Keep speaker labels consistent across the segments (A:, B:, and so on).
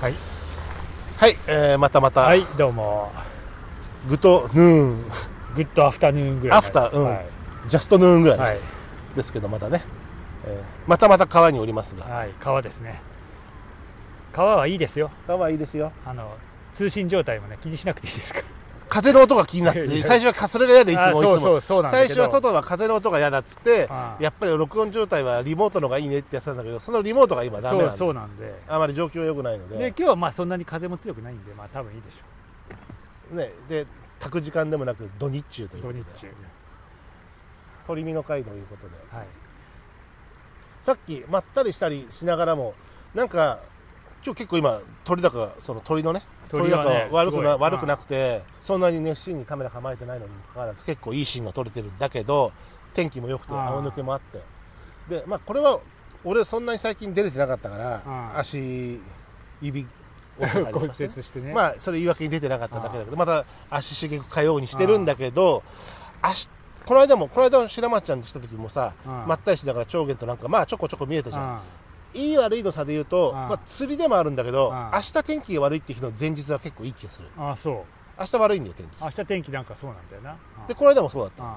A: はい
B: はい、えーまたまた、
A: はいどうも
B: グッドヌーン、
A: グッドアフタヌーンぐらい
B: アフターうん
A: はい
B: ジャストヌーンぐらいね、
A: はい、
B: ですけど、またね、えーまたまた川におりますが、
A: はい、川ですね川はいいですよ
B: 川いいですよ、
A: あの通信状態もね気にしなくていいです から
B: 風の音が気になっ
A: いやい
B: て、
A: や
B: 最初はかそれが嫌で、いつ
A: あ
B: もいつ
A: そう
B: も
A: そうそうなんだ
B: 最
A: けど
B: 初は外は風の音が嫌だっつって、
A: ああ
B: やっぱり録音状態はリモートの方がいいねってやつなんだけど、そのリモートが今、ダメな
A: そ
B: ん
A: う
B: で、
A: そうなんで
B: あまり状況良くないので、
A: で今日はまあそんなに風も強くないんでまあ多分いいでしょ
B: ね、で炊く時間でもなく、土日中といううこ
A: 土
B: とで
A: 日、中
B: 鳥見の会ということで、
A: はい
B: さっき、まったりしたりしながらも、なんか、今日結構今、鳥だか、その鳥のね、鳥だ
A: は
B: と
A: ね
B: 悪く
A: す
B: な,、
A: ごい
B: 悪くなくて、そんなに熱心にカメラ構えてないのにもかかわらず結構いいシーンが撮れてるんだけど天気も良くて
A: ああ
B: 青抜けもあってで、まあ、これは俺そんなに最近出れてなかったから、
A: ああ
B: 足指を折っ
A: う
B: て
A: ん
B: たり と
A: 骨
B: かしてね
A: 折してね、
B: まあそれ言い訳に出てなかっただけだけどまた足しげく通うにしてるんだけど足この間もこの間の白松ちゃんとした時もさ、
A: ああ
B: まったりしながら長源となんかまあちょこちょこ見えたじゃん、
A: あ
B: いい悪いの差で言うと、
A: ああ
B: まあ、釣りでもあるんだけど、
A: ああ
B: 明日天気が悪いって日の前日は結構いい気がする
A: ああそう
B: 明日悪いんだよ天気
A: 明日天気なんかそうなんだよな
B: でこの間もそうだった
A: あ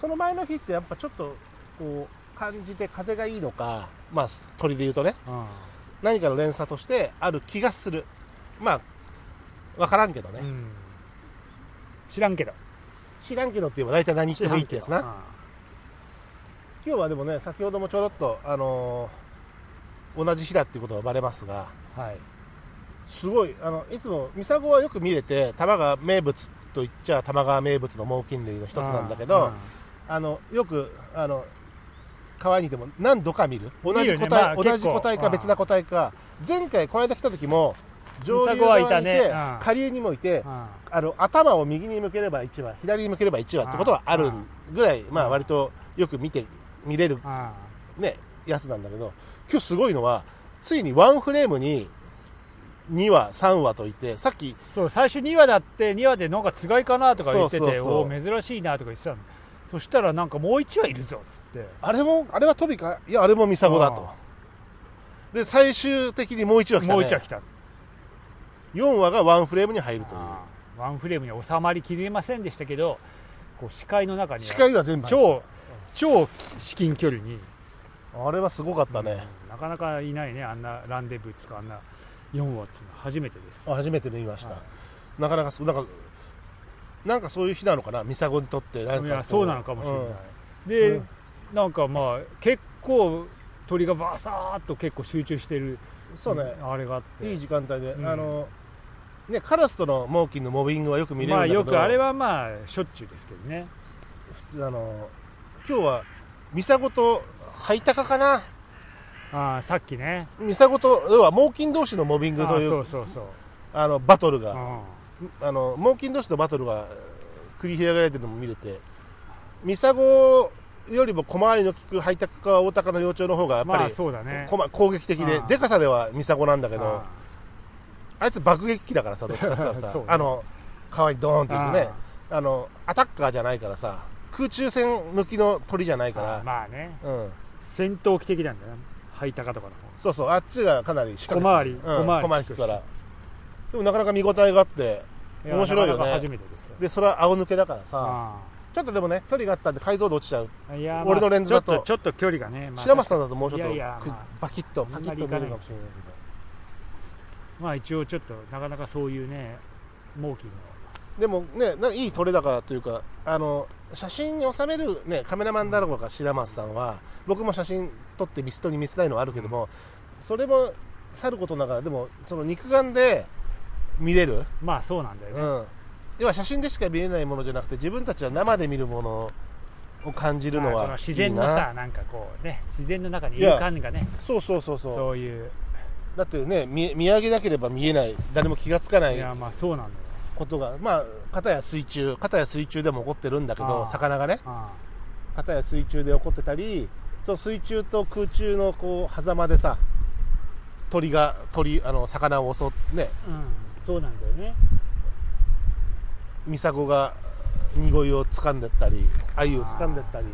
B: その前の日ってやっぱちょっとこう感じて風がいいのかまあ鳥で言うとね
A: ああ
B: 何かの連鎖としてある気がするまあ分からんけど
A: あ
B: ね、
A: うん知らんけど
B: 知らんけどって言えば大体何言ってもいいってやつな
A: あ
B: 今日はでもね先ほどもちょろっとあのー同じ日だっていうことがバレますが
A: あはい
B: すごいあのいつもミサゴはよく見れて玉川名物と言っちゃ玉川名物の猛禽類の一つなんだけど、
A: あ
B: あのよくあの川にでも何度か見る同
A: 見
B: じ
A: るね
B: 個体、
A: まあ
B: 同じ個体
A: 結構
B: か別な個体か前回この間来た時も上
A: ミ
B: 流
A: サゴ
B: 側
A: は
B: に
A: い
B: い
A: た
B: て、
A: ねうん
B: 下流にもいて
A: ああ
B: あの頭を右に向ければ1羽左に向ければ1羽ってことはあるぐらいまあ割とよく見て見れる
A: ああ
B: ねやつなんだけど今日すごいのはついにワンフレームに2羽3羽といてさっき
A: そう最初2話だって2話でなんかつがいかなとか言ってて
B: そうそうそう
A: おお珍しいなとか言ってたのそしたらなんかもう1話いるぞっつって
B: あれもあれはトビかいやあれもミサゴだと
A: あ
B: で最終的にもう1羽来た、ね、
A: もう1話来た
B: 4話がワンフレームに入るという
A: ああワンフレームに収まりきれませんでしたけどこう視界の中には
B: 視界は全部入る
A: 超超至近距離に
B: あれはすごかったね、
A: うんなかなかいないねあんなランデブーっつうかあんな4話っつうのは初めてです
B: 初めて見ました、
A: は
B: なかなかそうなんかなんかそういう日なのかなミサゴにとってなんかこ
A: いやそうなのかもしれない、で、
B: うん
A: なんかまあ結構鳥がバサーっと結構集中してる
B: うんそうね、
A: あれがあって
B: いい時間帯で、
A: うん
B: あのねカラスとの猛禽のモビングはよく見れる
A: ま
B: んだ
A: あ
B: けど、
A: よくあれはまあしょっちゅうですけどね
B: 普通あの今日はミサゴとハイタカかな
A: ああさっきね
B: ミサゴと要は猛禽同士のモビン
A: あ
B: グ
A: あ
B: とい
A: そううそうそう、
B: あのバトル
A: う
B: が
A: ん
B: あの猛禽同士のバトルがえー繰り広げられてるのも見れてミサゴよりも小回りの利くハイタカかオタカの幼鳥の方がやっぱり、
A: まあそうだね
B: こま攻撃的で
A: ああ
B: でかさではミサゴなんだけど
A: あ
B: あいつ爆撃機だからさどっちかって言ったら さ、
A: そうね
B: あの川にドーンっていくね
A: あ
B: あのアタッカーじゃないからさ空中戦向きの鳥じゃない
A: あ
B: か
A: まあね
B: ら、うん、
A: 戦闘機的なんだよなハイタカとかの
B: そうそうあっちがかなり仕掛
A: 小回
B: けて
A: り
B: る
A: 小
B: うん、
A: 回り
B: 小回り引くからでもなかなか見応えがあって
A: 方や
B: 面白いよね
A: なかなか初めてですよ
B: でそれは仰抜けだからさ
A: あ
B: ちょっとでもね距離があったんで解像度落ちちゃう
A: あいや
B: 俺のレンズだと
A: まあちょっとちょっと距離がね、まあ、
B: 白松さんだともうちょっと
A: いやいや
B: く
A: ま
B: バキッとパキッと見えるかもしれないけど
A: まあ一応ちょっとなかなかそういうね猛禽の
B: でもねないい撮れだからというかあの写真に収める、ね、カメラマンだろうか白松さんは僕も写真撮ってミストに見せたいのはあるけども、それもさることながらでもその肉眼で見れる、
A: まあそうなんだよ
B: う
A: ね、
B: ん、要は写真でしか見れないものじゃなくて自分たちは生で見るものを感じるの
A: まあ
B: は
A: こ
B: いいな
A: 自然のさなんかこうね自然の中にい
B: い
A: る
B: や
A: 感がね
B: そうそうそうそう
A: そういう
B: だってね見見上げなければ見えない誰も気がつかないい
A: やまあそうなんだよ
B: ことがまあ片や水中片や水中でも起こってるんだけ
A: あー
B: ど魚がね
A: あ
B: 片や水中で起こってたりその水中と空中のこう狭間でさ鳥が鳥あの魚を襲ってね
A: あうんそうなんだよね
B: ミサゴが濁いを掴んでったり鮎を掴んでったり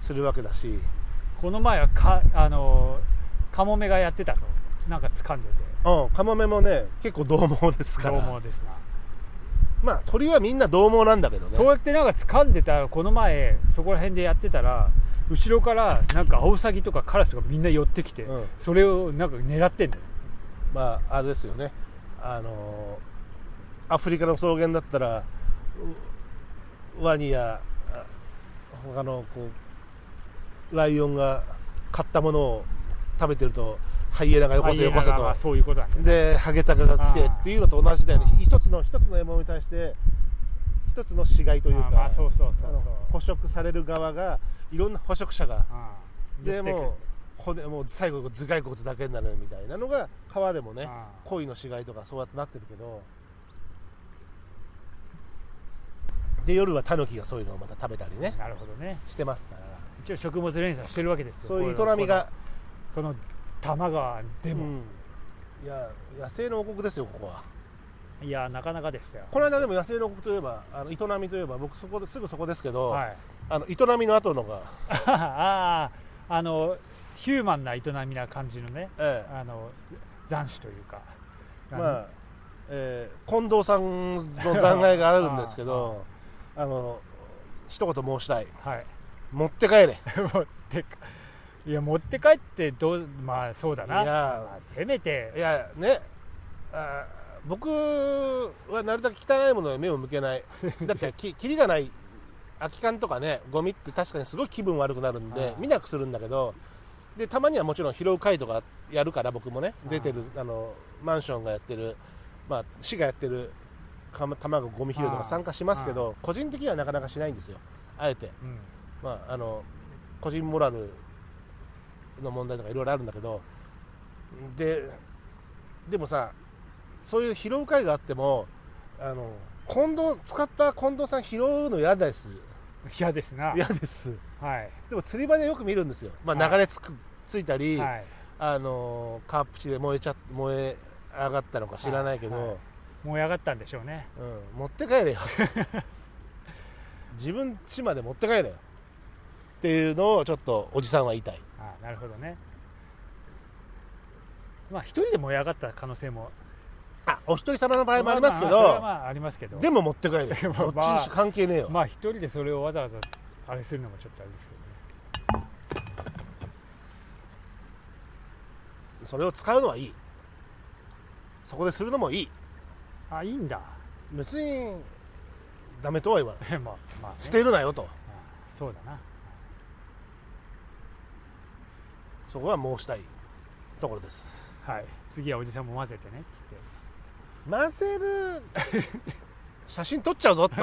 B: するわけだし
A: この前はかあのカモメがやってたぞなんか掴んでて
B: うん、カモメもね結構獰猛ですか
A: どう
B: ら
A: もですな、
B: まあ鳥はみんな獰猛なんだけどね
A: そうやってなんか掴んでたらこの前そこら辺でやってたら後ろからなんかアオサギとかカラスがみんな寄ってきて、
B: うん
A: それをなんか狙ってんだよ
B: まああれですよねあのーアフリカの草原だったらうワニやあ他のこうライオンが買ったものを食べてるとハイエナがよこせよこせ
A: ハイエナが
B: と
A: そういうことなんだよね
B: でハゲタカが来て
A: あー
B: っていうのと同じだよね一つの一つの獲物に対して一つの死骸というか
A: あーまあそうそうそうそ
B: あ
A: う
B: の捕食される側がいろんな捕食者が
A: あー
B: で
A: 言ってくる
B: もう骨もう最後頭蓋骨だけになるみたいなのが川でもね
A: あー
B: 鯉の死骸とかそうやってなってるけどで夜はタヌキがそういうのをまた食べたりね
A: なるほどね
B: してますから
A: 一応食物連鎖してるわけですよ
B: そういう
A: こ
B: 営みが
A: このこの多摩川でも、
B: うんいや野生の王国ですよここはい
A: やなかなかでしたよ
B: この間でも野生の王国といえばあの営みといえば僕そこですぐそこですけど、
A: はい
B: あの営みの後のが、
A: あああのヒューマンな営みな感じのね
B: え
A: あの斬首というか
B: えまあ、ええ近藤さんの残骸があるんですけどあの一言申したい
A: あはい
B: 持って帰れ
A: 持ってかいや持って帰ってどうまあそうだない
B: や
A: まあ、せめ
B: い
A: て
B: やねあー僕はなるだけ汚いものに目を向 けないだってきキリがない空き缶とかねゴミって確かにすごい気分悪くなるん
A: は
B: で
A: い
B: 見なくするんだけどでたまにはもちろん拾う会とかやるから僕もね
A: い
B: 出てるあのマンションがやってる、まあ、市がやってるか卵ゴミ拾いとか参加しますけど個人的にはなかなかしないんですよあえて、
A: うん
B: まあ、あの個人モラルの問題とかいろいろあるんだけどででもさそういう拾う会があってもあの近藤使った近藤さん拾うの嫌です
A: 嫌ですな
B: 嫌です
A: はい
B: でも釣り場でよく見るんですよ、ま
A: は
B: あ、
A: い
B: 流れつくついたり、
A: はい
B: あのカープチで燃えちゃ燃え上がったのか知らないけど、
A: はいはい燃え上がったんでしょうね
B: うん、持って帰れよ 自分家まで持って帰れよっていうのをちょっとおじさんは言いたい
A: ああなるほどねまあ一人で燃え上がった可能性も
B: あお一人様の場合もありますけ
A: まあまあそれは
B: ど、
A: まあありますけど
B: でも持って帰 れよ
A: まあ
B: どっちにしろ関係ねえよ、
A: まあ一人でそれをわざわざあれするのもちょっとあれですけどね
B: それを使うのはいいそこでするのもいい
A: あいいんだ
B: 別にダメとは言わない
A: まあまあ、ね、
B: 捨てるなよと
A: ああそうだな
B: そこは申したいところです
A: はい次はおじさんも混ぜてねっつって
B: 混ぜる写真撮っちゃうぞ と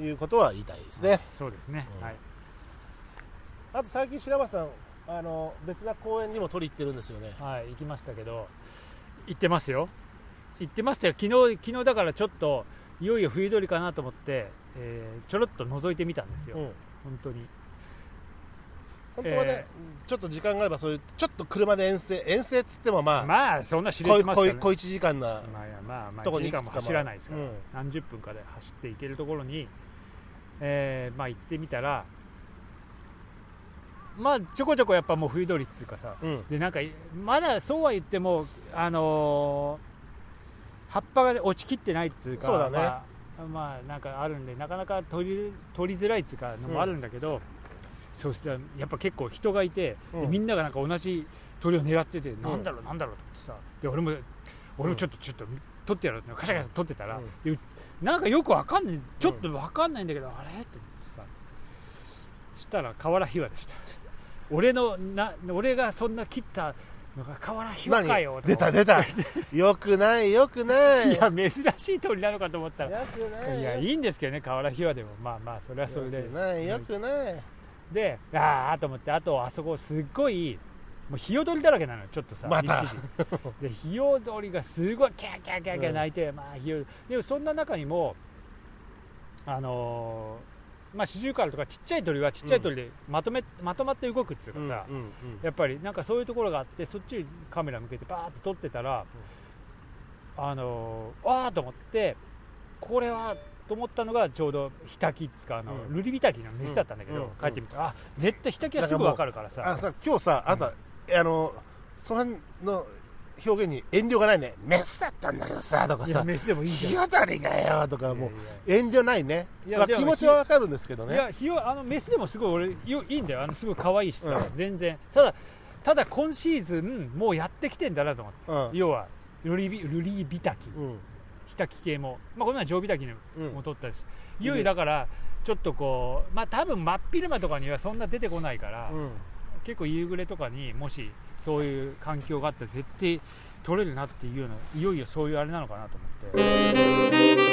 B: いうことは言いたいですね、
A: そうですね、
B: うん
A: はい
B: あと最近白橋さんあの別な公園にも撮り行ってるんですよね
A: はい、行きましたけど、行ってますよ、行ってましたよ、昨日昨日だからちょっと、いよいよ冬鳥かなと思って、えーちょろっと覗いてみたんですよ、
B: うん
A: 本当に。
B: 本当はね、
A: え
B: ちょっと時間があればそういうちょっと車で遠征遠征っつってもまあ、
A: まあ、そんな知れ
B: 小
A: て
B: い
A: ますか
B: 小
A: ら
B: い
A: ね、
B: 小一時間な
A: まあまあ、まあ、
B: とこ
A: 1
B: に
A: 時
B: いく
A: 間
B: つ
A: も
B: か
A: 走らないですから、
B: うん
A: 何十分かで走っていけるところに、えーまあ、行ってみたら、まあ、ちょこちょこやっぱもう冬鳥っつうかさ、
B: うん
A: でなんかいまだそうは言ってもあのー葉っぱが落ちきってないっていうか
B: そうだね
A: まあ、まあなんかあるんでなかなか取り取りづらいっていうかのもあるんだけど、そうしたらやっぱ結構人がいて、で
B: うん
A: みんながなんか同じ鳥を狙ってて、
B: ん
A: なんだろうなんだろうと思ってさで俺も俺もちょっとちょっと取ってやろうってカシャカシャ取ってたら、でうなんかよくわかんないちょっとわかんないんだけど、あれと思ってさしたら瓦ひわでした俺のな俺がそんな切ったのが瓦ひわかよ
B: 何出た出 たよくないよくないい
A: や珍しい鳥なのかと思ったら
B: よくない
A: いやいいんですけどね瓦ひわでもまあまあそれはそれで
B: よくないよくない
A: でああと思ってあとあそこすっごいもうヒヨドリだらけなのよちょっとさ
B: また
A: 一時でヒヨドリがすごいキャーキャーキャーキャ
B: う
A: ー
B: ん
A: 鳴いて、まあヒヨでもそんな中にもあのーまあシジュウカラとかちっちゃい鳥はちっちゃい鳥でまとめ、まとまって動くっていうかさ、
B: うんうんうん
A: やっぱりなんかそういうところがあってそっちにカメラ向けてバーッと撮ってたら、あのー、わーと思ってこれはと思ったのがちょうどヒタキっつうかあの、
B: うん
A: ルリビタキのメスだったんだけど、
B: うん
A: 帰ってみたら、あ絶対ヒタキはすぐ分かるからさ
B: あさ今日さあなた、あのその辺の表現に遠慮がないねメスだったんだけどさとか
A: いや
B: さ
A: メスでもいいじゃん
B: 日当たりがよとかもう
A: いやいや
B: 遠慮ないね
A: いや
B: まあ、
A: でも
B: 気持ちはわかるんですけど
A: い
B: ね
A: やひよあのメスでもすごい俺よいいんだよあのすごい可愛いしさ、
B: う
A: 全然ただただ今シーズンもうやってきてんだなと思って、
B: うん
A: 要はルリビルリビタキ
B: うん
A: ヒタキ系も、まあ、この前ジョビタキに
B: うん
A: も取ったし、
B: うん
A: いよいよだからちょっとこうまあ多分真っ昼間とかにはそんな出てこないから、
B: うん
A: 結構夕暮れとかにもしそういう環境があったら絶対取れるなっていうようないよいよそういうあれなのかなと思って。